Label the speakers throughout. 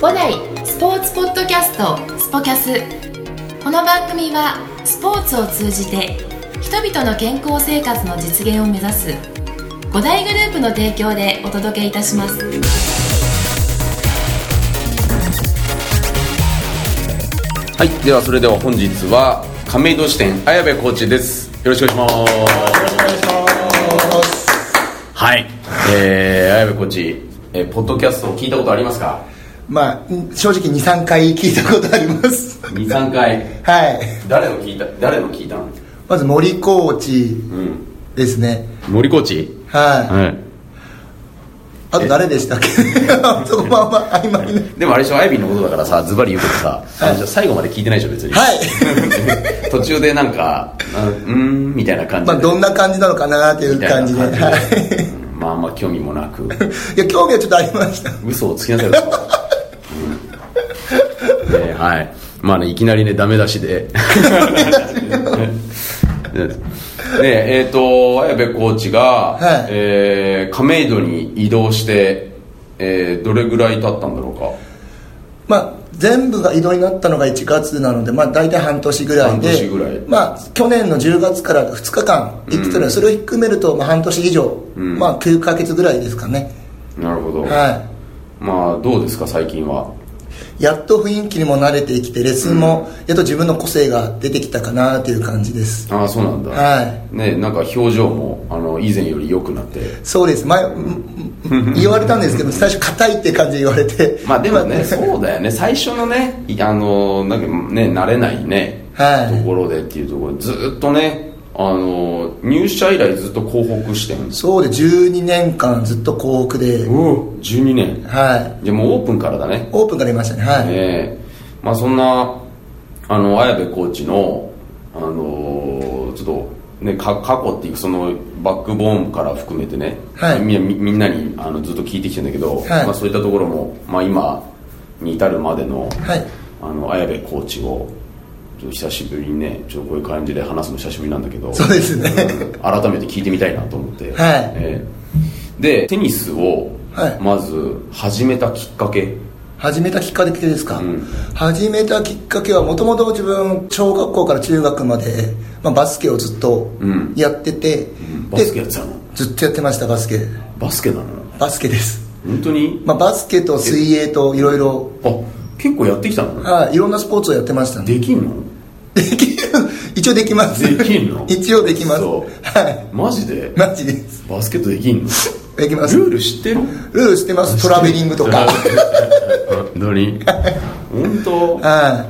Speaker 1: 五代スポーツポッドキャストスポキャスこの番組はスポーツを通じて人々の健康生活の実現を目指す五大グループの提供でお届けいたします
Speaker 2: はい、ではそれでは本日は亀戸支店綾部コーチです。よろしくお願いします。はい、えー、綾部コーチ、えー、ポッドキャストを聞いたことありますか？
Speaker 3: まあ、ん正直2、3回聞いたことあります。
Speaker 2: 二三回。
Speaker 3: はい。
Speaker 2: 誰の聞いた？誰の聞いたの？
Speaker 3: まず森コーチ
Speaker 2: うん。
Speaker 3: ですね。
Speaker 2: 森コーチ。
Speaker 3: はい。
Speaker 2: は
Speaker 3: あと誰でしたっけ そのまんま曖昧な。
Speaker 2: い。でもあれでしょ、綾部のことだからさ、ズバリ言うけどさ、あのじゃあ最後まで聞いてないでしょ別に。。
Speaker 3: はい
Speaker 2: 途中でなんか、あうーんみたいな感じ
Speaker 3: ま
Speaker 2: で。
Speaker 3: あ、どんな感じなのかなっていう
Speaker 2: みたいな
Speaker 3: 感じで。
Speaker 2: 感じで
Speaker 3: は
Speaker 2: うんまああんま興味もなく。
Speaker 3: い。いや、興味はちょっとありました。
Speaker 2: 嘘をつきなさい、嘘をうんねはいまあねいきなりねダメ出しで ねえっ、と綾部コーチが、
Speaker 3: はい
Speaker 2: えー亀戸に移動して、えーどれぐらい経ったんだろうか
Speaker 3: まあ、全部が移動になったのが1月なので、まあ、大体半年ぐらいで
Speaker 2: 半年ぐらい
Speaker 3: まあ、去年の10月から2日間行ってたのでそれをひっくるめると、まあ、半年以上、
Speaker 2: うん
Speaker 3: まあ、9ヶ月ぐらいですかね、
Speaker 2: なるほど、
Speaker 3: はい
Speaker 2: まあどうですか最近は
Speaker 3: やっと雰囲気にも慣れてきてレッスンもやっと自分の個性が出てきたかなっていう感じです
Speaker 2: ああそうなんだ、
Speaker 3: は
Speaker 2: ねなんか表情もあの以前より良くなって
Speaker 3: そうで す前うん言われたんですけど最初硬いって感じで言われて
Speaker 2: まあでも ね、
Speaker 3: ま
Speaker 2: そうだよね、最初のね、いあのなんかね、慣れないね、
Speaker 3: はい
Speaker 2: ところでっていうところで、ずっとね、あの入社以来ずっと広北してるんです
Speaker 3: そうで12年間ずっと幸福で
Speaker 2: お12年。
Speaker 3: はい
Speaker 2: じゃあもうオープンからだね。
Speaker 3: オープンが出ましたねはい、
Speaker 2: ええまあそんな、あの、綾部コーチの、あのちょっと、ね、か過去っていうそのバックボーンから含めてね、
Speaker 3: はい
Speaker 2: みみみんなにあのずっと聞いてきてんだけど、
Speaker 3: はい
Speaker 2: まあ、そういったところも、まあ、今に至るまでの、
Speaker 3: はい
Speaker 2: あの綾部コーチをちょっと久しぶりにねちょっとこういう感じで話すの久しぶりなんだけど
Speaker 3: そうですね
Speaker 2: うん改めて聞いてみたいなと思って、
Speaker 3: はい
Speaker 2: ええでテニスを
Speaker 3: はい
Speaker 2: まず始めたきっかけ、
Speaker 3: 始めたきっかけですか、
Speaker 2: ん
Speaker 3: 始めたきっかけはもともと自分小学校から中学まで、まあ、バスケをずっと
Speaker 2: うん
Speaker 3: やってて、
Speaker 2: うんバ
Speaker 3: で
Speaker 2: スケやってたの
Speaker 3: ずっとやってましたバスケ
Speaker 2: バスケなの
Speaker 3: バスケです
Speaker 2: 本当に
Speaker 3: まあ、バスケと水泳といろいろ
Speaker 2: あ結構やってきたの、
Speaker 3: はいいろんなスポーツをやってましたね
Speaker 2: できんの
Speaker 3: できる一応できます
Speaker 2: できんの
Speaker 3: 一応できます
Speaker 2: そう
Speaker 3: は
Speaker 2: マジで
Speaker 3: いマジです
Speaker 2: バスケットできん の
Speaker 3: できます
Speaker 2: ルール知ってる
Speaker 3: ルールしてますトラベリングとか
Speaker 2: 何 本当
Speaker 3: は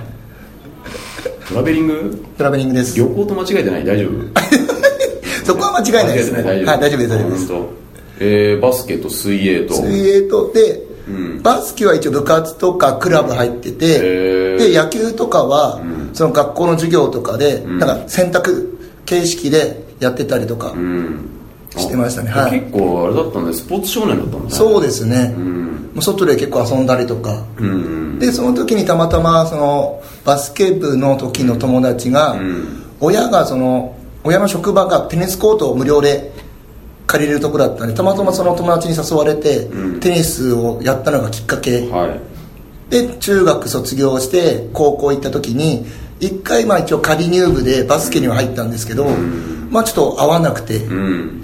Speaker 2: トラベリング
Speaker 3: いトラベリングです
Speaker 2: 旅行と間違えてない大丈夫
Speaker 3: そこは間違いないですね
Speaker 2: 間違えて
Speaker 3: はい大丈夫です大丈夫です
Speaker 2: 本当えーバスケと水泳と
Speaker 3: 水泳とで、
Speaker 2: うん
Speaker 3: バスケは一応部活とかクラブ入って
Speaker 2: へ
Speaker 3: て、
Speaker 2: ー
Speaker 3: で野球とかは、その学校の授業とかで、
Speaker 2: ん
Speaker 3: なんか選択形式でやってたりとか、
Speaker 2: うんあ
Speaker 3: してましたねはい
Speaker 2: 結構あれだったんでスポーツ少年だったんだね
Speaker 3: そう
Speaker 2: で
Speaker 3: ですね、
Speaker 2: ん
Speaker 3: もう外で結構遊んだりとか、
Speaker 2: うん
Speaker 3: でその時にたまたまそのバスケ部の時の友達が、
Speaker 2: ん
Speaker 3: 親がその親の職場がテニスコートを無料で借りれるとこだったんでたまたまその友達に誘われて、
Speaker 2: うん
Speaker 3: テニスをやったのがきっかけ、
Speaker 2: はい
Speaker 3: で中学卒業して高校行った時に一回まあ一応仮入部でバスケには入ったんですけど、まあちょっと合わなくて、
Speaker 2: うん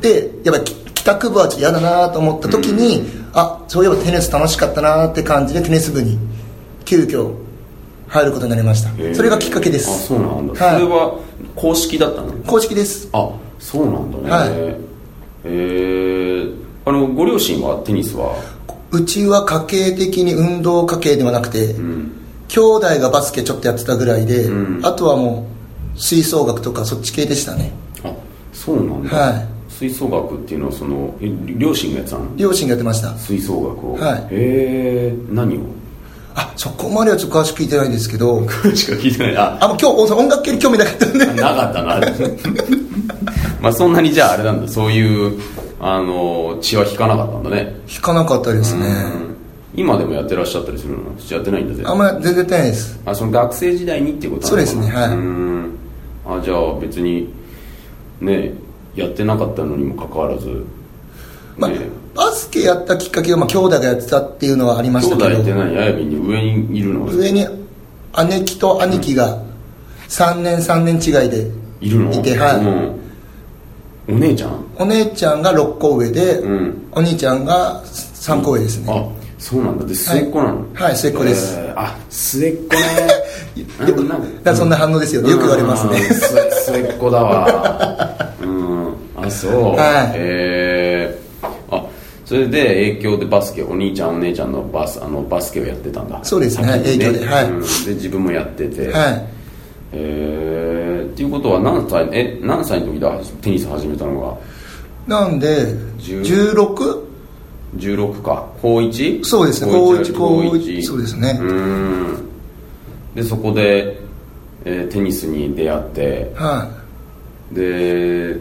Speaker 3: でやっぱりき帰宅部はちょっと嫌だなと思った時に、あそういえばテニス楽しかったなって感じでテニス部に急遽入ることになりました、
Speaker 2: えー
Speaker 3: それがきっかけで
Speaker 2: あ
Speaker 3: す
Speaker 2: そうなんだ、
Speaker 3: はい
Speaker 2: それは公式だったの
Speaker 3: 公式です
Speaker 2: あそうなんだね、
Speaker 3: はい
Speaker 2: えーあのご両親はテニスは
Speaker 3: うちは家計的に運動家系ではなくて、
Speaker 2: うん
Speaker 3: 兄弟がバスケちょっとやってたぐらいで、
Speaker 2: うん
Speaker 3: あとはもう吹奏楽とかそっち系でしたね
Speaker 2: あそうなんだ、
Speaker 3: はい
Speaker 2: 吹奏楽っていうのはそのえ両親がやってたの
Speaker 3: 両親がやってました
Speaker 2: 吹奏楽を
Speaker 3: はい
Speaker 2: えー、何を
Speaker 3: あそこまではちょっと詳しく聞いてないんですけど
Speaker 2: しか聞いてないあ
Speaker 3: あもう今日音楽系に興味なかったんで
Speaker 2: なかったな まあそんなにじゃああれなんだそういうあの血は引かなかったんだね
Speaker 3: 弾かなかったですね
Speaker 2: うん今でもやってらっしゃったりするのやってないんだぜ
Speaker 3: あんまり全然やってないです
Speaker 2: あその学生時代にってことなのかな
Speaker 3: そうですねは
Speaker 2: う
Speaker 3: い
Speaker 2: んあじゃあ別にねやってなかったのにもかかわらず
Speaker 3: まあ
Speaker 2: ええ、
Speaker 3: バスケやったきっかけは、まあ、兄弟がやってたっていうのはありまし
Speaker 2: 兄
Speaker 3: たけ
Speaker 2: 弟って
Speaker 3: ど
Speaker 2: 何綾部に上にいるの
Speaker 3: 上に姉貴と兄貴が3年3年違いで
Speaker 2: いるの
Speaker 3: いてはい
Speaker 2: うん、お姉ちゃん
Speaker 3: お姉ちゃんが6個上で、
Speaker 2: うん
Speaker 3: お兄ちゃんが3個上ですね、
Speaker 2: あそうなんだで末っ子なの
Speaker 3: はい末っ子です
Speaker 2: えーあ末っ子ね
Speaker 3: よく
Speaker 2: うん
Speaker 3: だ
Speaker 2: ん
Speaker 3: からそんな反応ですよねよく言われますね
Speaker 2: うん末末っ子だ わうんあそう、
Speaker 3: はい
Speaker 2: えーあそれで影響でバスケお兄ちゃんお姉ちゃんのバスあのバスケをやってたんだ
Speaker 3: そうですね
Speaker 2: 先に
Speaker 3: 影響ではい
Speaker 2: うん、で自分もやってて
Speaker 3: はい
Speaker 2: えー、っていうことは何歳え何歳の時だテニス始めたのが
Speaker 3: なんで
Speaker 2: 10
Speaker 3: 16
Speaker 2: 16か高 1?
Speaker 3: そうですね高一高一そうですね
Speaker 2: うーんでそこで、えーテニスに出会って
Speaker 3: は
Speaker 2: で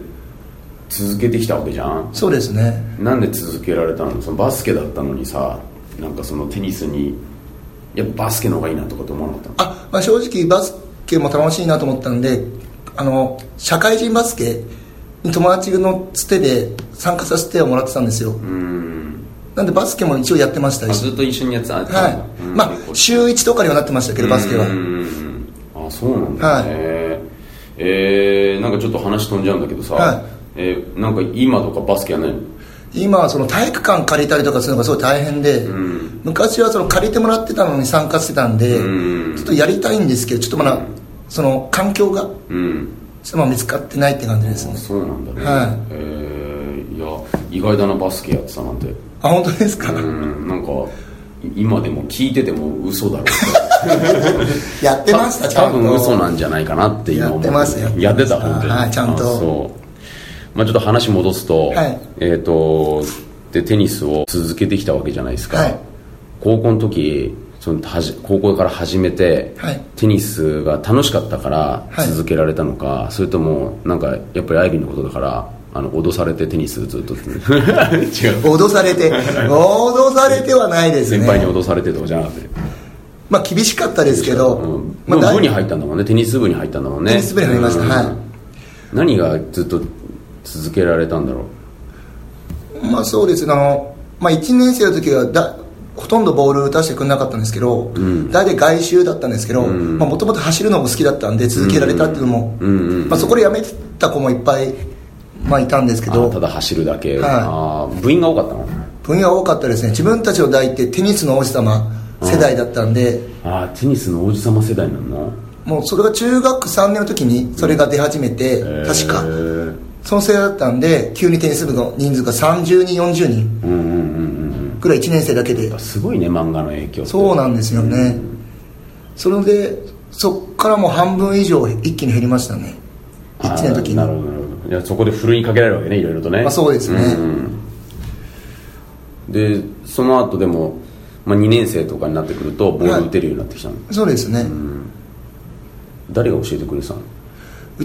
Speaker 2: 続けてきたわけじゃん
Speaker 3: いそうですね
Speaker 2: なんで続けられたのそのバスケだったのにさなんかそのテニスにやっぱバスケの方がいいなとかって思わなかったの
Speaker 3: あ、まあ、正直バスケも楽しいなと思ったんであの社会人バスケに友達のつてで参加させてはもらってたんですよ
Speaker 2: うーん
Speaker 3: なんでバスケも一応やってました
Speaker 2: あ
Speaker 3: し
Speaker 2: ずっと一緒にやってた
Speaker 3: はい
Speaker 2: うん
Speaker 3: まあ週1とかにはなってましたけどバスケは
Speaker 2: うんうんうんあそうなんだね、えー、なんかちょっと話飛んじゃうんだけどさ、
Speaker 3: はい
Speaker 2: えーなんか今とかバスケやないの
Speaker 3: 今はその体育館借りたりとかするのがすごい大変で、
Speaker 2: ん
Speaker 3: 昔はその借りてもらってたのに参加してたんで、
Speaker 2: うん
Speaker 3: ちょっとやりたいんですけどちょっとまだ、その環境が
Speaker 2: うん
Speaker 3: ちょっとまだ見つかってないって感じです
Speaker 2: あ
Speaker 3: ね
Speaker 2: そうなんだね、
Speaker 3: はい
Speaker 2: えー、いや意外だなバスケやってたなんて
Speaker 3: あ本当ですか、
Speaker 2: うんなんかい今でも聞いてても嘘だろう
Speaker 3: や ってましたちゃんと
Speaker 2: 多分嘘なんじゃないかなって今思う
Speaker 3: やってますやってます
Speaker 2: やってた本当に
Speaker 3: はいちゃんと
Speaker 2: あそうまあちょっと話戻すと、
Speaker 3: はい
Speaker 2: えっ、とでテニスを続けてきたわけじゃないですか、
Speaker 3: はい
Speaker 2: 高校の時そのはじ高校から始めて、
Speaker 3: はい
Speaker 2: テニスが楽しかったから
Speaker 3: はい
Speaker 2: 続けられたのか、それともなんかやっぱりアイビーのことだからあの脅されてテニスずっ と違う
Speaker 3: 脅さ れて脅されてはないですね
Speaker 2: 先輩に脅されてとかじゃなくて
Speaker 3: まあ厳しかったですけど、
Speaker 2: うんで
Speaker 3: まあ
Speaker 2: も
Speaker 3: だい
Speaker 2: 部に入ったんだもんねテニス部に入ったんだもんね
Speaker 3: テニス部に入りました
Speaker 2: うん
Speaker 3: はい
Speaker 2: 何がずっと続けられたんだろう
Speaker 3: まあそうですねあの、まあ、1年生の時はだほとんどボール打たせてくれなかったんですけど、大体外周だったんですけどもともと走るのも好きだったんで続けられたっていうのも、
Speaker 2: うんうんうん
Speaker 3: まあ、そこでやめてた子もいっぱい、まあ、いたんですけ
Speaker 2: あ
Speaker 3: ど
Speaker 2: ただ走るだけ、
Speaker 3: はい
Speaker 2: あー部員が多かったの
Speaker 3: 分野は多かったですね自分たちを抱いてテニスの王子様世代だったんで、
Speaker 2: あーテニスの王子様世代なんだ
Speaker 3: もうそれが中学3年の時にそれが出始めて、確
Speaker 2: へ
Speaker 3: か
Speaker 2: ー
Speaker 3: その世代だったんで急にテニス部の人数が30人40人
Speaker 2: うんうんうんうん
Speaker 3: ぐらい1年生だけで
Speaker 2: やっぱすごいね漫画の影響って
Speaker 3: そうなんですよね、それでそっからもう半分以上一気に減りましたね1年の時に
Speaker 2: あーなるほどなるほどいやそこでふるいにかけられるわけねいろいろとね、
Speaker 3: まあそうですね
Speaker 2: んうんでその後でも、まあ、2年生とかになってくるとボール打てるようになってきたの、
Speaker 3: そうですね、う
Speaker 2: 誰が教えてくれてたの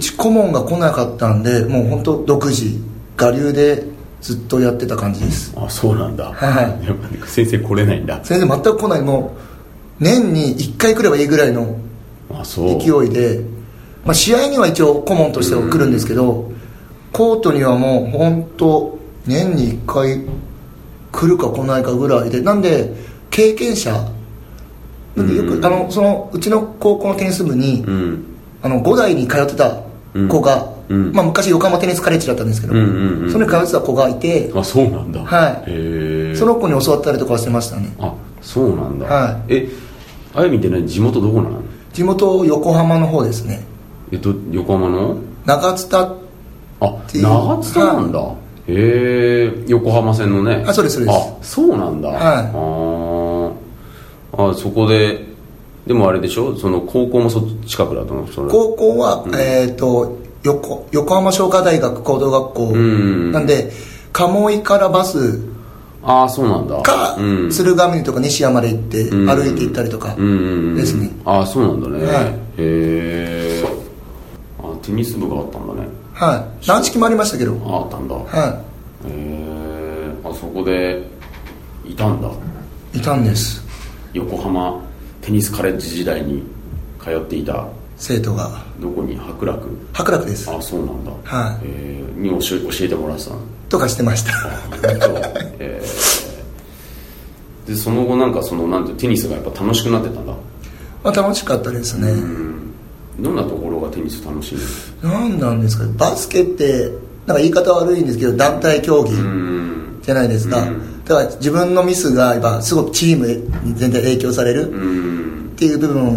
Speaker 3: ち顧問が来なかったんでもう本当独自我流でずっとやってた感じです
Speaker 2: あそうなんだ、
Speaker 3: はい
Speaker 2: やっぱ先生来れないんだ
Speaker 3: 先生全く来ないもう年に1回来ればいいぐらいの
Speaker 2: あそう
Speaker 3: 勢いで、まあ、試合には一応顧問としては来るんですけど、コートにはもう本当年に1回来るか来ないかぐらいでなんで経験者なんでよく、
Speaker 2: うん
Speaker 3: あのそのうちの高校のテニス部に、
Speaker 2: うん
Speaker 3: あの5代に通ってた子が、
Speaker 2: うん
Speaker 3: まあ、昔横浜テニスカレッジだったんですけど、
Speaker 2: うんうんうん
Speaker 3: それに通ってた子がいて、
Speaker 2: あそうなんだ
Speaker 3: はい
Speaker 2: へえ
Speaker 3: その子に教わったりとかはしてましたね
Speaker 2: あそうなんだ、、
Speaker 3: はい
Speaker 2: えあやみって何地元どこなの
Speaker 3: 地元横浜の方ですね
Speaker 2: えっと横浜の
Speaker 3: 長津田
Speaker 2: あ
Speaker 3: ていう
Speaker 2: 長津田なんだ、へえ横浜線のね
Speaker 3: あそうですそうです
Speaker 2: あそうなんだ、あーあそこででもあれでしょその高校もそ近くだと思うそれ
Speaker 3: 高校は、えっ、と横横浜商科大学高等学校
Speaker 2: ん
Speaker 3: なんで鴨居からバス
Speaker 2: ああそうなんだ
Speaker 3: か、
Speaker 2: うん、
Speaker 3: 鶴ヶ峰とか西山まで行って
Speaker 2: ん
Speaker 3: 歩いて行ったりとか
Speaker 2: うんうんうん
Speaker 3: ですね、
Speaker 2: ああそうなんだね、
Speaker 3: はい
Speaker 2: へえあテニス部があったんだね
Speaker 3: はい軟式もありましたけど
Speaker 2: ああったんだ、へ
Speaker 3: は
Speaker 2: えあそこでいたんだ
Speaker 3: いいたんです
Speaker 2: 横浜テニスカレッジ時代に通っていた
Speaker 3: 生徒が
Speaker 2: どこに白楽
Speaker 3: 博楽です
Speaker 2: あそうなんだ、
Speaker 3: はい
Speaker 2: えーに教え教えてもらってたの
Speaker 3: とかしてました
Speaker 2: えーでその後なんかそのなんてテニスがやっぱ楽しくなってたんだ
Speaker 3: まあ楽しかったですね、
Speaker 2: どんなところがテニス楽しいの
Speaker 3: なんなんですかねバスケってなんか言い方悪いんですけど団体競技
Speaker 2: うん
Speaker 3: じゃないですか、
Speaker 2: うん
Speaker 3: だから自分のミスがやっぱすごくチームに全体影響される
Speaker 2: うん
Speaker 3: っていう部分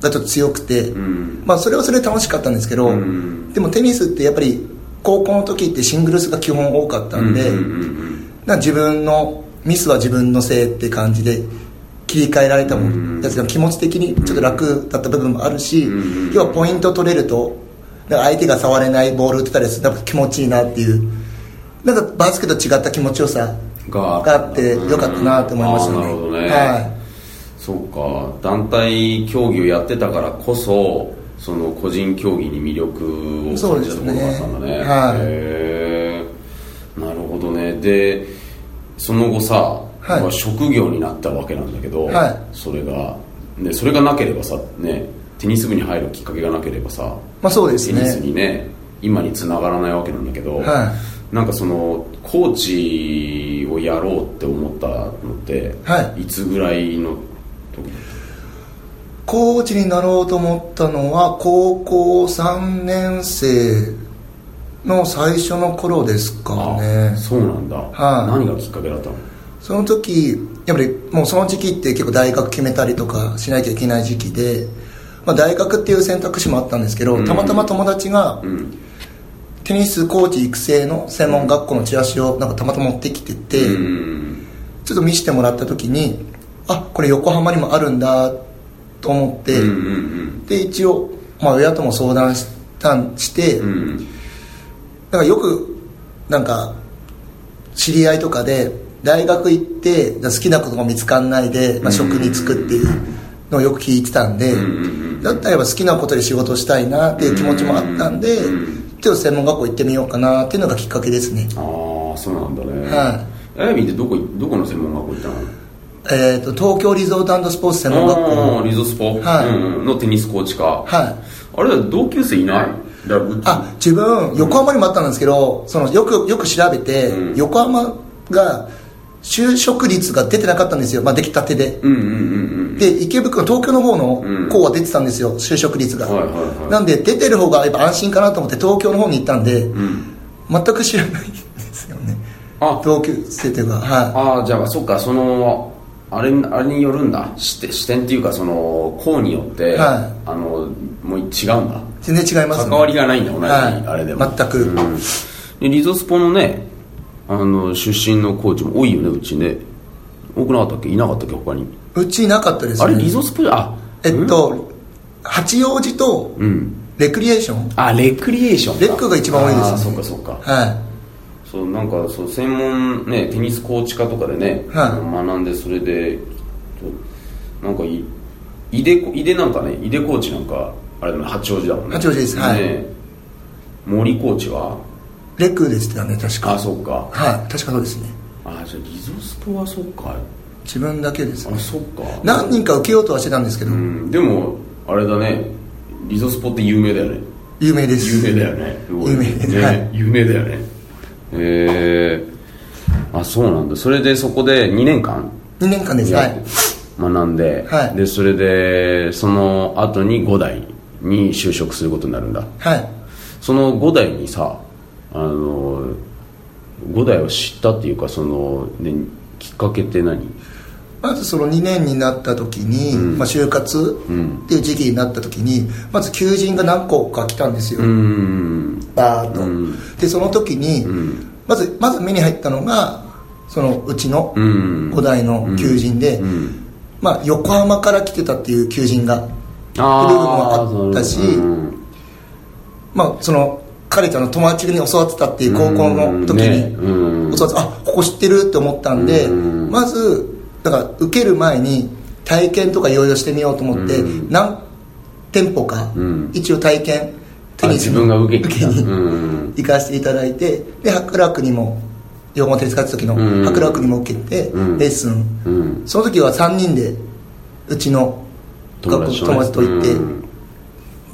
Speaker 3: がちょっと強くて、
Speaker 2: うん
Speaker 3: まあそれはそれで楽しかったんですけど、
Speaker 2: うん
Speaker 3: でもテニスってやっぱり高校の時ってシングルスが基本多かったんで、
Speaker 2: うんうんうん
Speaker 3: なんか自分のミスは自分のせいって感じで切り替えられたもん、やつが気持ち的にちょっと楽だった部分もあるし、
Speaker 2: うん
Speaker 3: 要はポイント取れるとなんか相手が触れないボール打ってたりするとなんか気持ちいいなっていうなんかバスケと違った気持ちよさ
Speaker 2: うんが
Speaker 3: があってよかったなと思いましたね
Speaker 2: あーなるほどね、
Speaker 3: は
Speaker 2: そうか団体競技をやってたからこそその個人競技に魅力を感じたところがあったんだ
Speaker 3: そう
Speaker 2: ね
Speaker 3: ですねはい
Speaker 2: へえなるほどねでその後さ、
Speaker 3: はい
Speaker 2: まあ職業になったわけなんだけど、
Speaker 3: はい
Speaker 2: それが、ね、それがなければさ、ね、テニス部に入るきっかけがなければさ
Speaker 3: まあそうです
Speaker 2: テ
Speaker 3: ね
Speaker 2: ニスにね今につながらないわけなんだけど、
Speaker 3: は
Speaker 2: なんかそのコーチをやろうって思ったのって、、
Speaker 3: はい
Speaker 2: つぐらいの時
Speaker 3: コーチになろうと思ったのは高校3年生の最初の頃ですかね
Speaker 2: そうなんだ、
Speaker 3: はい
Speaker 2: 何がきっかけだったの
Speaker 3: その時やっぱりもうその時期って結構大学決めたりとかしなきゃいけない時期で、まあ、大学っていう選択肢もあったんですけど、
Speaker 2: うん
Speaker 3: たまたま友達が
Speaker 2: うん
Speaker 3: テニスコーチ育成の専門学校のチラシをなんかたまたま持ってきてて、
Speaker 2: うん
Speaker 3: ちょっと見せてもらった時にあこれ横浜にもあるんだと思って、
Speaker 2: うんうん
Speaker 3: で一応、まあ、親とも相談したんして、
Speaker 2: うんうん
Speaker 3: なんかよくなんか知り合いとかで大学行って好きなことが見つかんないで、まあ、職に就くっていうのをよく聞いてたんで、
Speaker 2: うん
Speaker 3: だったらやっぱ好きなことで仕事したいなっていう気持ちもあったんで、
Speaker 2: うん
Speaker 3: ちょっと専門学校行ってみようかなっていうのがきっかけですね
Speaker 2: ああそうなんだね
Speaker 3: は
Speaker 2: あやみんってどこどこの専門学校行ったの
Speaker 3: えっ、と東京リゾートスポーツ専門学
Speaker 2: あー
Speaker 3: 校
Speaker 2: リゾスポ、
Speaker 3: はい
Speaker 2: うんうんのテニスコーチか、
Speaker 3: はい
Speaker 2: あれ同級生いないラグ
Speaker 3: あ自分横浜にもあったんですけどそのよくよく調べて、
Speaker 2: うん
Speaker 3: 横浜が就職率が出てなかったんですよ、まあ、出来たてで、
Speaker 2: うんうんうん
Speaker 3: で池袋東京の方
Speaker 2: うん
Speaker 3: の校は出てたんですよ、就職率が、
Speaker 2: はいはいはい
Speaker 3: なんで出てる方がやっぱ安心かなと思って東京の方に行ったんで、
Speaker 2: うんうん
Speaker 3: 全く知らないんですよね
Speaker 2: あ
Speaker 3: 同級生というかは
Speaker 2: ああじゃあそっかそのあれあれによるんだ視点視点っていうかその校によって、
Speaker 3: は
Speaker 2: あのもう違うんだ
Speaker 3: い全然違います
Speaker 2: 関わりがないんだ同じ、
Speaker 3: はい
Speaker 2: あれでも
Speaker 3: 全く
Speaker 2: うんでリゾスポのねあの出身のコーチも多いよねうちね多くなかったっけいなかったっけ他に
Speaker 3: うちいなかったです
Speaker 2: あ
Speaker 3: ね
Speaker 2: れリゾスポあ
Speaker 3: えっと八王子と
Speaker 2: うん、うん
Speaker 3: レクリエーション、
Speaker 2: あレクリエーションだ
Speaker 3: レックが一番多いですね
Speaker 2: あーそっかそっか
Speaker 3: は
Speaker 2: そうなんかそう専門ねテニスコーチ科とかでね、
Speaker 3: はい
Speaker 2: 学んでそれでそうなんかい井出こ井出なんかね井出コーチなんかあれだね八王子だもんね
Speaker 3: 八王子ですはい
Speaker 2: ね森コーチはい
Speaker 3: レクでしたね確か
Speaker 2: あそうか
Speaker 3: はい確かそうですね
Speaker 2: あじゃあリゾスポはそっか
Speaker 3: 自分だけです
Speaker 2: あそっか
Speaker 3: 何人か受けようとはしてたんですけど、
Speaker 2: うんでもあれだねリゾスポって有名だよね
Speaker 3: 有名です
Speaker 2: 有名だよねすごい
Speaker 3: 有名
Speaker 2: ね、
Speaker 3: はい
Speaker 2: 有名だよねえー、あそうなんだそれでそこで2年間
Speaker 3: 2年間ですはい
Speaker 2: 学んで、
Speaker 3: はい
Speaker 2: でそれでその後に5代に就職することになるんだ
Speaker 3: はい
Speaker 2: その5代にさあの5代を知ったっていうかその、ね、きっかけって何
Speaker 3: まずその2年になった時に、まあ、就活っていう時期になった時にまず求人が何個か来たんですよ、
Speaker 2: うん
Speaker 3: バーッと、
Speaker 2: うん
Speaker 3: でその時に、まずまず目に入ったのがそのうちの
Speaker 2: うん
Speaker 3: 5代の求人で、
Speaker 2: うん
Speaker 3: まあ、横浜から来てたっていう求人が、
Speaker 2: あー
Speaker 3: 古いのもあったし
Speaker 2: なるほどうん
Speaker 3: まあ、その彼との友達に教わってたっていう高校の時に、
Speaker 2: うんねうん
Speaker 3: 教わってあここ知ってるって思ったんで、
Speaker 2: うん
Speaker 3: まずだから受ける前に体験とかいろいろしてみようと思って、
Speaker 2: うん
Speaker 3: 何店舗か、
Speaker 2: うん
Speaker 3: 一応体験
Speaker 2: あ自分が受けに来た
Speaker 3: 受けに
Speaker 2: うん
Speaker 3: 行かせていただいてで博楽にも用語手使った時の
Speaker 2: うん
Speaker 3: 博楽にも受けて、
Speaker 2: うん
Speaker 3: レッスン
Speaker 2: うん
Speaker 3: その時は3人でうちの学校の友達と行って、
Speaker 2: うん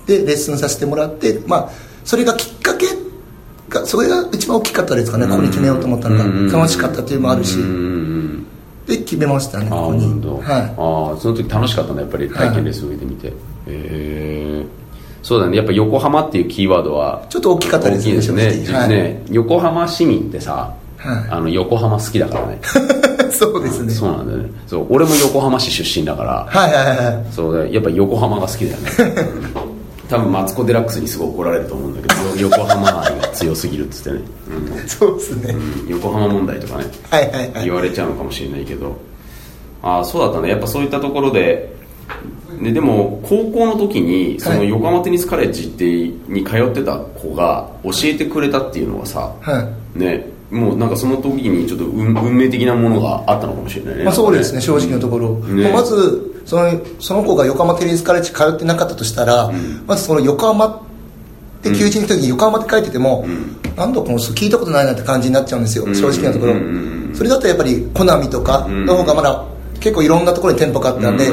Speaker 3: でレッスンさせてもらって、まあ、それがきっかけがそれが一番大きかったですかねここに決めようと思ったの
Speaker 2: うん
Speaker 3: が楽しかったというのもあるし
Speaker 2: うんうん
Speaker 3: で決めましたね
Speaker 2: ああ
Speaker 3: ここに
Speaker 2: 本当。
Speaker 3: は
Speaker 2: ああその時楽しかったねやっぱり体験レッスン受けてみて、へえそうだねやっぱ横浜っていうキーワードはい
Speaker 3: ちょっと大きかったで
Speaker 2: 大
Speaker 3: す
Speaker 2: きい
Speaker 3: ね
Speaker 2: ですね
Speaker 3: 正直はい
Speaker 2: ね横浜市民ってさ、
Speaker 3: はい
Speaker 2: あの横浜好きだからね
Speaker 3: そうですね
Speaker 2: そうなんだよねそう俺も横浜市出身だから
Speaker 3: はいはいはいはい
Speaker 2: そうやっぱ横浜が好きだよ ね多分マツコ・デラックスにすごい怒られると思うんだけど横浜愛が強すぎるっつってね、
Speaker 3: そうですね
Speaker 2: うん、横浜問題とかね
Speaker 3: はいはいはい
Speaker 2: 言われちゃうのかもしれないけどああそうだったねやっぱそういったところでででも高校の時にその
Speaker 3: はい
Speaker 2: 横浜テニスカレッジってに通ってた子が教えてくれたっていうのはさ、
Speaker 3: はい
Speaker 2: ねもうなんかその時にちょっと運運命的なものがあったのかもしれないね、
Speaker 3: まあ、そうですね正直のところ、
Speaker 2: ね
Speaker 3: もうまずそのその子が横浜テニスカレッジ通ってなかったとしたら、まずその横浜って求人の時に横浜って書いてても、何度この人聞いたことないなって感じになっちゃうんですよ、
Speaker 2: ん
Speaker 3: 正直なとこ
Speaker 2: う
Speaker 3: ろ、
Speaker 2: ん
Speaker 3: それだとやっぱりコナミとかの方がまだ結構いろんなところに店舗があったんで、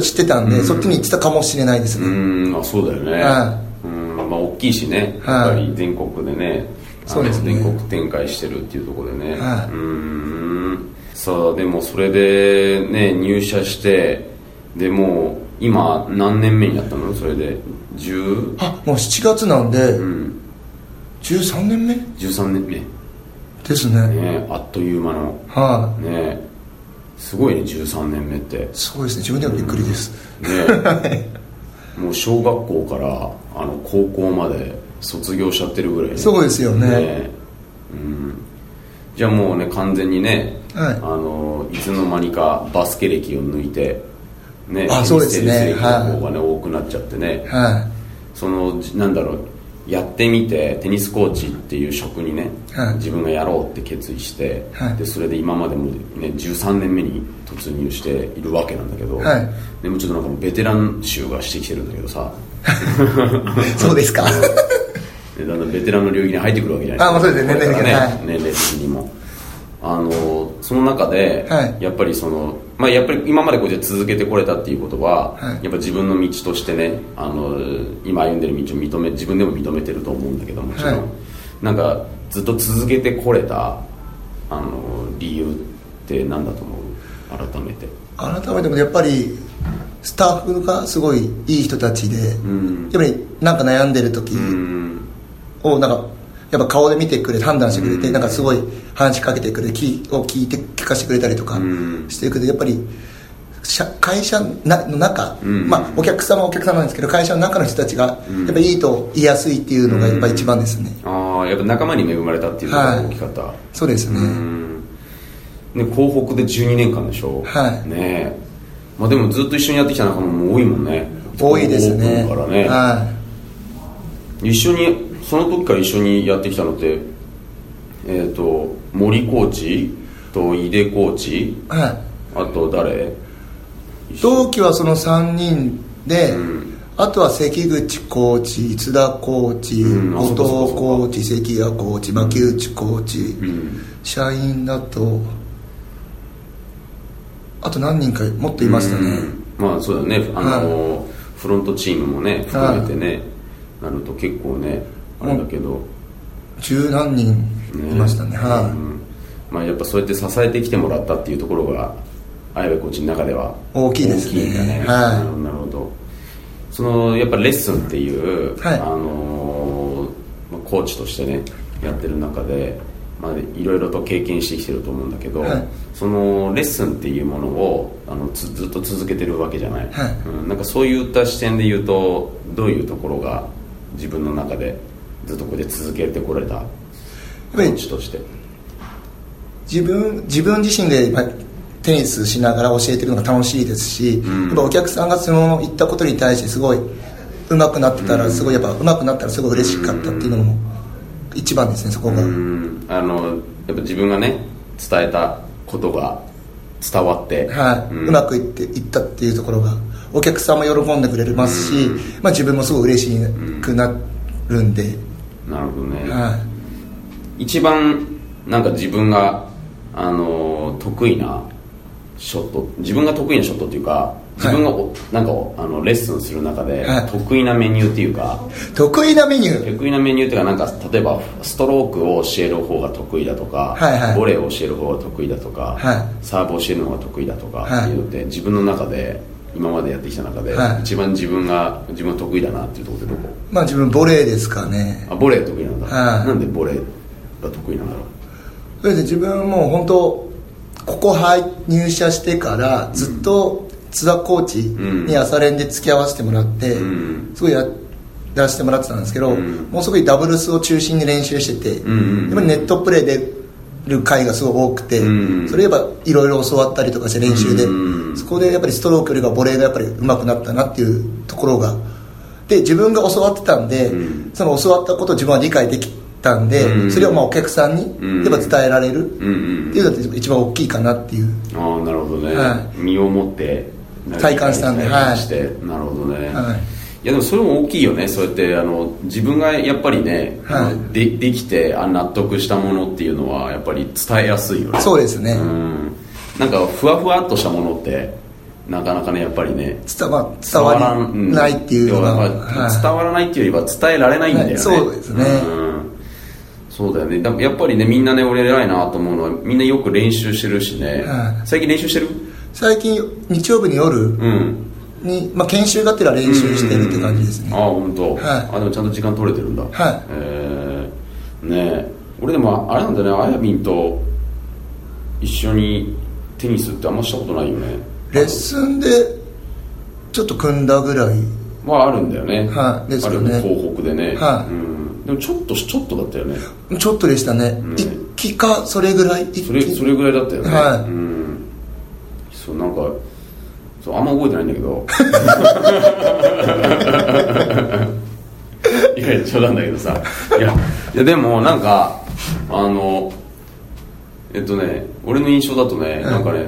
Speaker 3: 知ってたんで、そっちに行ってたかもしれないです
Speaker 2: う
Speaker 3: ね、
Speaker 2: んあそうだよね、
Speaker 3: は
Speaker 2: うんまあ大きいしねや
Speaker 3: は
Speaker 2: っぱ
Speaker 3: い
Speaker 2: り全国でね,、あの
Speaker 3: そうですね
Speaker 2: 全国展開してるっていうところでね、
Speaker 3: はい
Speaker 2: うんさあでもそれでね入社してでもう今何年目になったのそれで10
Speaker 3: あもう7月なんで、
Speaker 2: うん
Speaker 3: 13年目
Speaker 2: 13年目
Speaker 3: ですね
Speaker 2: ねあっという間の
Speaker 3: はい、
Speaker 2: ねすごいね13年目って
Speaker 3: そうですね自分でもびっくりです、
Speaker 2: ねもう小学校からあの高校まで卒業しちゃってるぐらいね
Speaker 3: そうですよね
Speaker 2: えうん、じゃあもうね完全にね、
Speaker 3: はい
Speaker 2: あのいつの間にかバスケ歴を抜いて、ね、
Speaker 3: あ
Speaker 2: テニス
Speaker 3: そうですね
Speaker 2: テニス歴の方がね、多くなっちゃってね、
Speaker 3: はい
Speaker 2: そのじなんだろうやってみてテニスコーチっていう職にね、
Speaker 3: はい
Speaker 2: 自分がやろうって決意して、
Speaker 3: はい
Speaker 2: でそれで今までも、ね、13年目に突入しているわけなんだけど、
Speaker 3: はい
Speaker 2: でもちょっとなんかもうベテラン臭がしてきてるんだけどさ
Speaker 3: そうで すか
Speaker 2: でだんだんベテランの領域に入ってくるわけじゃ
Speaker 3: あ
Speaker 2: な
Speaker 3: ま
Speaker 2: い
Speaker 3: あそうですね
Speaker 2: これから
Speaker 3: 年齢的には
Speaker 2: 年齢的にもあのその中で、
Speaker 3: はい
Speaker 2: やっぱりその、まあ、やっぱり今までこうやって続けてこれたっていうことは、
Speaker 3: はい
Speaker 2: やっぱ自分の道としてねあの今歩んでる道を認め自分でも認めてると思うんだけどもちろん、
Speaker 3: はい
Speaker 2: なんかずっと続けてこれたあの理由って何だと思う改めて
Speaker 3: 改めてもやっぱりスタッフがすごいいい人たちで、
Speaker 2: ん
Speaker 3: やっぱりなんか悩んでる時
Speaker 2: うん
Speaker 3: をなんかやっぱ顔で見てくれて判断してくれて、なんかすごい話しかけてくれて聞を聞いて聞かせてくれたりとか
Speaker 2: ん
Speaker 3: してくれてやっぱり社会社なの中、
Speaker 2: ん
Speaker 3: まあ、お客様はお客様なんですけど会社の中の人たちがやっぱいいと言いやすいっていうのがやっぱ一番ですね、
Speaker 2: ああやっぱ仲間に恵まれたっていうのが大きかった、
Speaker 3: そうですね、
Speaker 2: ね、広北で12年間でしょ
Speaker 3: は
Speaker 2: ね
Speaker 3: い
Speaker 2: えまあでもずっと一緒にやってきた仲間も多いもんね
Speaker 3: 多いですね
Speaker 2: オープンからね、
Speaker 3: は
Speaker 2: 一緒にその時から一緒にやってきたのってえっ、と森コーチと井出コーチ
Speaker 3: い、はい
Speaker 2: あと誰
Speaker 3: 同期はその3人で、あとは関口コーチ津田コーチ、
Speaker 2: うんあそ
Speaker 3: 後藤
Speaker 2: うかそうか
Speaker 3: コーチ関谷コーチ牧内コーチ、
Speaker 2: ん
Speaker 3: 社員だとあと何人かもっといましたね、
Speaker 2: うんまあそうだねあの、フロントチームもね含めてね、なると結構ねあれだけど、
Speaker 3: 十何人いましたねはい、
Speaker 2: うんまあ、やっぱそうやって支えてきてもらったっていうところが綾部コーチの中では
Speaker 3: 大きいですね
Speaker 2: 大きんだね
Speaker 3: はい
Speaker 2: なるほどそのやっぱレッスンっていう、
Speaker 3: はい
Speaker 2: あのーまあコーチとしてねやってる中で、まあ、いろいろと経験してきてると思うんだけど、
Speaker 3: はい
Speaker 2: そのレッスンっていうものをあのずずっと続けてるわけじゃない、
Speaker 3: はい
Speaker 2: うん、なんかそういった視点で言うとどういうところが自分の中でずっとここで続けてこれたコーチとして。
Speaker 3: 自分自分自身でまあテニスしながら教えてるのが楽しいですし、
Speaker 2: ん
Speaker 3: やっぱお客さんがその言ったことに対してすごい上手くなってたらすごいやっぱ上手くなったらすごい嬉しかったっていうのも一番ですねそこが、
Speaker 2: うんあのやっぱ自分がね伝えたことが伝わって、
Speaker 3: はい、
Speaker 2: う
Speaker 3: うんまくいっていったっていうところがお客さんも喜んでくれますし、まあ、自分もすごい嬉しくなるんで、
Speaker 2: なるほどね、
Speaker 3: はい
Speaker 2: 一番なんか自分があの得意なショット自分が得意なショットっていうか自分がお、なんかあのレッスンする中で
Speaker 3: はい
Speaker 2: 得意なメニューっていうか
Speaker 3: 得意なメニュー
Speaker 2: 得意なメニューっていうかなんか例えばストロークを教える方が得意だとか、
Speaker 3: はいはい
Speaker 2: ボレーを教える方が得意だとか、
Speaker 3: は
Speaker 2: サーブを教えるのが得意だとか
Speaker 3: はい
Speaker 2: っていうのって自分の中で今までやってきた中で、
Speaker 3: はい
Speaker 2: 一番自分が自分得意だなっていうところでどこ
Speaker 3: まあ自分ボレーですかね
Speaker 2: あボレー得意なんだ、
Speaker 3: はい
Speaker 2: なんでボレーが得意なんだろう
Speaker 3: それで自分もう本当ここ入入社してからずっと津田コーチに朝練で付き合わせてもらって、
Speaker 2: うん
Speaker 3: すごいややらせてもらってたんですけど、
Speaker 2: うん
Speaker 3: もうすごいダブルスを中心に練習してて、
Speaker 2: うんうんうん
Speaker 3: やっぱりネットプレーでる回がすごい多くて、
Speaker 2: うんうん
Speaker 3: それやっぱいろいろ教わったりとかして練習で、
Speaker 2: うんうん
Speaker 3: そこでやっぱりストロークよりがボレーがやっぱり上手くなったなっていうところがで自分が教わってたんで、
Speaker 2: うん
Speaker 3: その教わったことを自分は理解できたんで、
Speaker 2: うん
Speaker 3: それをまあお客さんに
Speaker 2: うん
Speaker 3: やっぱ伝えられる
Speaker 2: うんうん
Speaker 3: っていうのが一番大きいかなっていう
Speaker 2: ああなるほどね、
Speaker 3: は
Speaker 2: 身をもって
Speaker 3: 体感したんで
Speaker 2: 体感して、なるほどね、
Speaker 3: はい
Speaker 2: やでもそれも大きいよねそうやってあの自分がやっぱりね、
Speaker 3: はい
Speaker 2: あのでできてあ納得したものっていうのはやっぱり伝えやすいよね
Speaker 3: そうですね、
Speaker 2: うんなんかふわふわっとしたものってなかなかねやっぱりね
Speaker 3: 伝わ伝わら
Speaker 2: ん
Speaker 3: ないっていうのが、
Speaker 2: 要は
Speaker 3: はい
Speaker 2: 伝わらないっていうよりは伝えられないんだよね、
Speaker 3: はいそうですね
Speaker 2: んそうだよねだやっぱりねみんなね俺偉いなと思うのはみんなよく練習してるしね、
Speaker 3: はい
Speaker 2: 最近練習してる
Speaker 3: 最近日曜日の夜
Speaker 2: うん
Speaker 3: に、まあ、研修がてら練習してるって感じですね、
Speaker 2: ああ本当。
Speaker 3: はい
Speaker 2: あでもちゃんと時間取れてるんだ
Speaker 3: はい
Speaker 2: えー、ねえ俺でもあれなんだねあやみんと一緒にテニスってあんましたことないよね
Speaker 3: レッスンでちょっと組んだぐらい
Speaker 2: はあるんだよね
Speaker 3: はいですよね
Speaker 2: ある東北でね
Speaker 3: はい
Speaker 2: うん、でもちょっとちょっとだったよね
Speaker 3: ちょっとでしたね、
Speaker 2: ん
Speaker 3: 一気かそれぐらい一
Speaker 2: それ
Speaker 3: 気
Speaker 2: それぐらいだったよね、
Speaker 3: はい
Speaker 2: うんそうなんかそうあんま覚えてないんだけ どいやいや冗談だけどさいやいやでもなんかあのえっとね俺の印象だとね、なんかね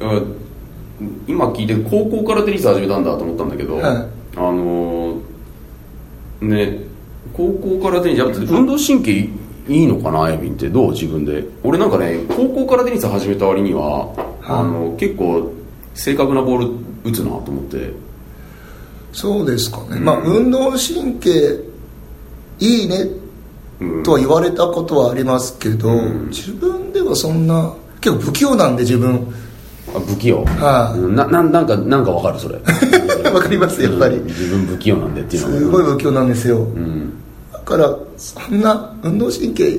Speaker 2: いや今聞いて高校からテニス始めたんだと思ったんだけど、
Speaker 3: はい
Speaker 2: あのね高校からテニスやっぱ運動神経いいのかなあやみんってどう自分で俺なんかね高校からテニス始めた割には、あの結構正確なボール打つなと思って
Speaker 3: そうですかね、まあ運動神経いいねとは言われたことはありますけど、
Speaker 2: うん
Speaker 3: 自分ではそんな結構不器用なんで自分
Speaker 2: あ不器用、
Speaker 3: はい
Speaker 2: うんななんなんかなんかわかるそ れわ
Speaker 3: かりますやっぱり
Speaker 2: 自分不器用なんでっていうのが
Speaker 3: すごい不器用なんですよ、
Speaker 2: うん
Speaker 3: だからそんな運動神経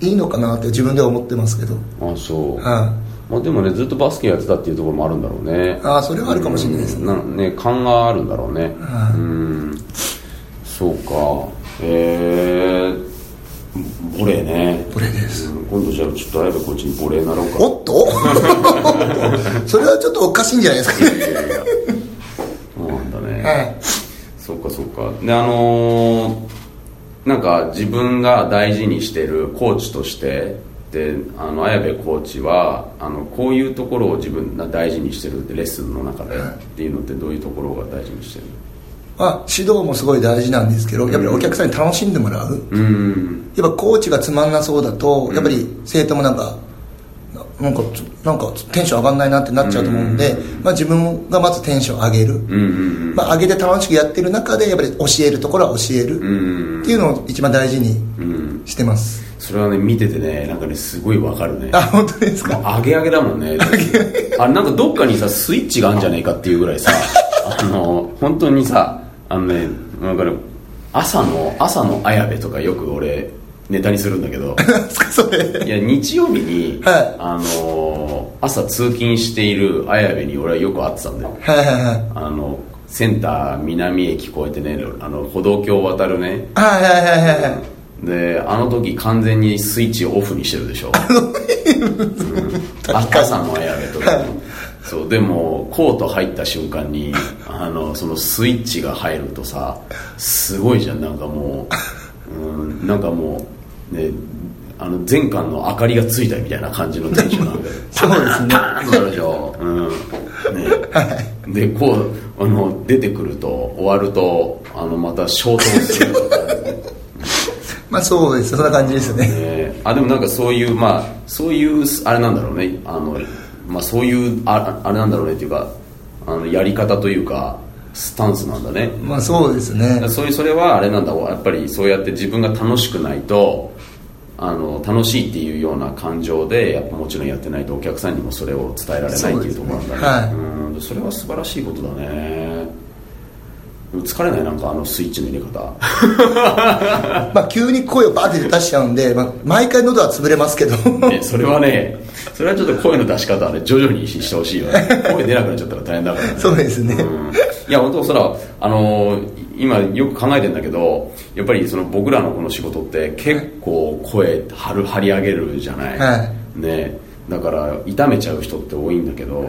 Speaker 3: いいのかなって自分では思ってますけど、
Speaker 2: あそう、
Speaker 3: は
Speaker 2: まあ、でもねずっとバスケやってたっていうところもあるんだろうね
Speaker 3: あーそれはあるかもしれないですね
Speaker 2: うんなね勘があるんだろうねうんそうかえー、ボレーね
Speaker 3: い、これです
Speaker 2: うん今度じゃあちょっと綾部コーチにボレーなろうか
Speaker 3: おっと それはちょっとおかしいんじゃないですかね、
Speaker 2: そうなんだね、
Speaker 3: はい
Speaker 2: そうかそうかであのーなんか自分が大事にしてるコーチとしてであの綾部コーチはあのこういうところを自分が大事にしてるってレッスンの中でっていうのってどういうところが大事にしてる
Speaker 3: まあ、指導もすごい大事なんですけどやっぱりお客さんに楽しんでもらう、
Speaker 2: うん
Speaker 3: やっぱコーチがつまんなそうだと、やっぱり生徒もなんかななんかちょなんかテンション上がんないなってなっちゃうと思うんで、まあ、自分がまずテンション上げる、
Speaker 2: うんうん
Speaker 3: まあ、上げて楽しくやってる中でやっぱり教えるところは教える
Speaker 2: うんうん
Speaker 3: っていうのを一番大事に
Speaker 2: うん
Speaker 3: してます、
Speaker 2: それはね見ててねなんかねすごいわかるね
Speaker 3: あ本当で すか
Speaker 2: もうアゲアゲだもんねあなんかどっかにさスイッチがあるんじゃないかっていうぐらいさあの本当にさあのねなんかね朝の朝の綾部とかよく俺ネタにするんだけ ど
Speaker 3: なんですかそれ
Speaker 2: いや日曜日に、
Speaker 3: はい
Speaker 2: あの朝通勤している綾部に俺はよく会ってたんだよ
Speaker 3: はいはいはい
Speaker 2: あのセンター南駅越えてねあの歩道橋を渡るね
Speaker 3: はいはいはいはいはい
Speaker 2: であの時完全にスイッチをオフにしてるでしょ、うん、赤さんのやめとかそうでもコート入った瞬間にあのそのスイッチが入るとさすごいじゃんなんかもう、うん、なんかもうねあの前巻の明かりがついたみたいな感じのテンションなんで
Speaker 3: そうですね
Speaker 2: パーンとなるでしょ、うんねでこうあの出てくると終わるとあのまた消灯するとか
Speaker 3: まあそうですそんな感じですね
Speaker 2: えーあでもなんかそういうまあそういうあれなんだろうねあのまあ、そういうああれなんだろうねっていうかあのやり方というかスタンスなんだね
Speaker 3: まあそうですね
Speaker 2: そういうそれはあれなんだやっぱりそうやって自分が楽しくないとあの楽しいっていうような感情でやっぱもちろんやってないとお客さんにもそれを伝えられないっていうところなんだね
Speaker 3: そうですね
Speaker 2: うんそれは素晴らしいことだね疲れないなんかあのスイッチの入れ方
Speaker 3: まあ急に声をバーって出しちゃうんで、まあ、毎回喉は潰れますけど
Speaker 2: ねそれはねそれはちょっと声の出し方はね徐々にしてほしいよね声出なくなっちゃったら大変だからね
Speaker 3: そうですね、
Speaker 2: いや本当そらあのー今よく考えてんだけどやっぱりその僕らのこの仕事って結構声張る張り上げるじゃない、
Speaker 3: は
Speaker 2: ねだから痛めちゃう人って多いんだけど、
Speaker 3: はい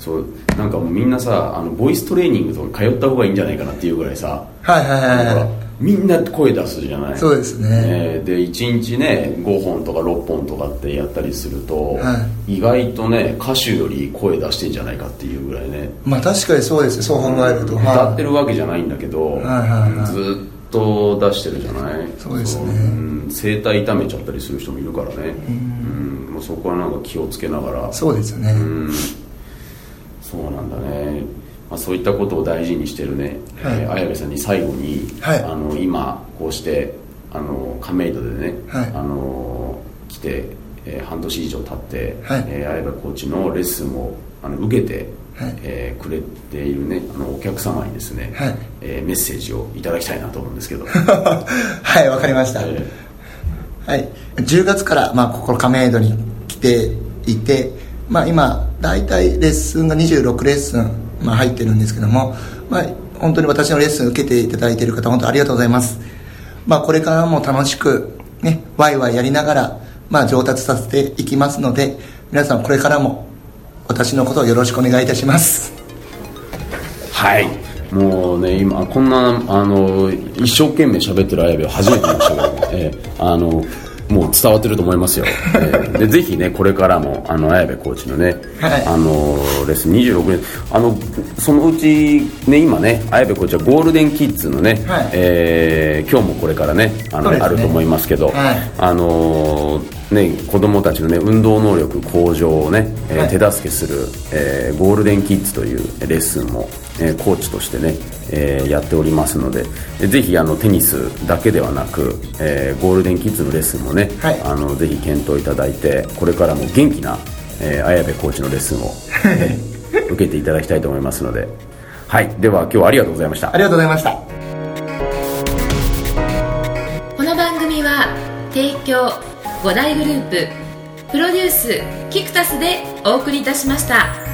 Speaker 2: そうなんかもうみんなさあのボイストレーニングとか通った方がいいんじゃないかなっていうぐらいさ
Speaker 3: はいはいはい
Speaker 2: ほ
Speaker 3: は
Speaker 2: ら
Speaker 3: い
Speaker 2: みんな声出すじゃない
Speaker 3: そうですね
Speaker 2: で1日ね5本とか6本とかってやったりすると、
Speaker 3: は
Speaker 2: 意外とね歌手より声出してんじゃないかっていうぐらいね
Speaker 3: まあ確かにそうですねそう考えると、
Speaker 2: 歌って
Speaker 3: る
Speaker 2: るわけじゃないんだけど、
Speaker 3: はいはいはい
Speaker 2: ずーっと出してるじゃない
Speaker 3: そうですね
Speaker 2: ん声帯痛めちゃったりする人もいるからねうんもうそこはなんか気をつけながら
Speaker 3: そうですよね、
Speaker 2: うんそうなんだね、まあ、そういったことを大事にしてるね、
Speaker 3: はい
Speaker 2: えー綾部さんに最後に、
Speaker 3: はい
Speaker 2: あの今こうしてあの亀戸でね、
Speaker 3: はい
Speaker 2: あの来て、えー半年以上経って、
Speaker 3: はい
Speaker 2: えー綾部コーチのレッスンをあの受けて、
Speaker 3: はい
Speaker 2: えーくれているねあのお客様にですね、
Speaker 3: はい
Speaker 2: えーメッセージをいただきたいなと思うん ですけど
Speaker 3: はいわかりました、
Speaker 2: え
Speaker 3: はい、10月から、まあ、ここ亀戸に来ていて、まあ、今大体レッスンが26レッスン、まあ、入ってるんですけども、まあ、本当に私のレッスン受けていただいている方本当ありがとうございます、まあ、これからも楽しく、ね、ワイワイやりながら、まあ、上達させていきますので皆さんこれからも私のことをよろしくお願いいたします
Speaker 2: はいもうね今こんなあの一生懸命喋ってる綾部を初めて見ましたけど、 ええあのもう伝わってると思いますよ、ええでぜひねこれからもあの綾部コーチのね、
Speaker 3: はい
Speaker 2: あのレッスン26年あのそのうちね今ね綾部コーチはゴールデンキッズのね、
Speaker 3: はい
Speaker 2: ええ今日もこれからねあ
Speaker 3: そ
Speaker 2: の
Speaker 3: うですね
Speaker 2: あると思いますけど、
Speaker 3: はい
Speaker 2: あのね、子供たちの、ね、運動能力向上を、ねえー
Speaker 3: はい
Speaker 2: 手助けする、えーゴールデンキッズというレッスンも、えーコーチとして、ねえーやっておりますのでえぜひあのテニスだけではなく、えーゴールデンキッズのレッスンも、ね
Speaker 3: はい
Speaker 2: あのぜひ検討いただいてこれからも元気な、えー綾部コーチのレッスンを、えー受けていただきたいと思いますので、はい、では今日はありがとうございました
Speaker 3: ありがとうございました
Speaker 1: この番組は提供五大グループプロデュースキクタスでお送りいたしました。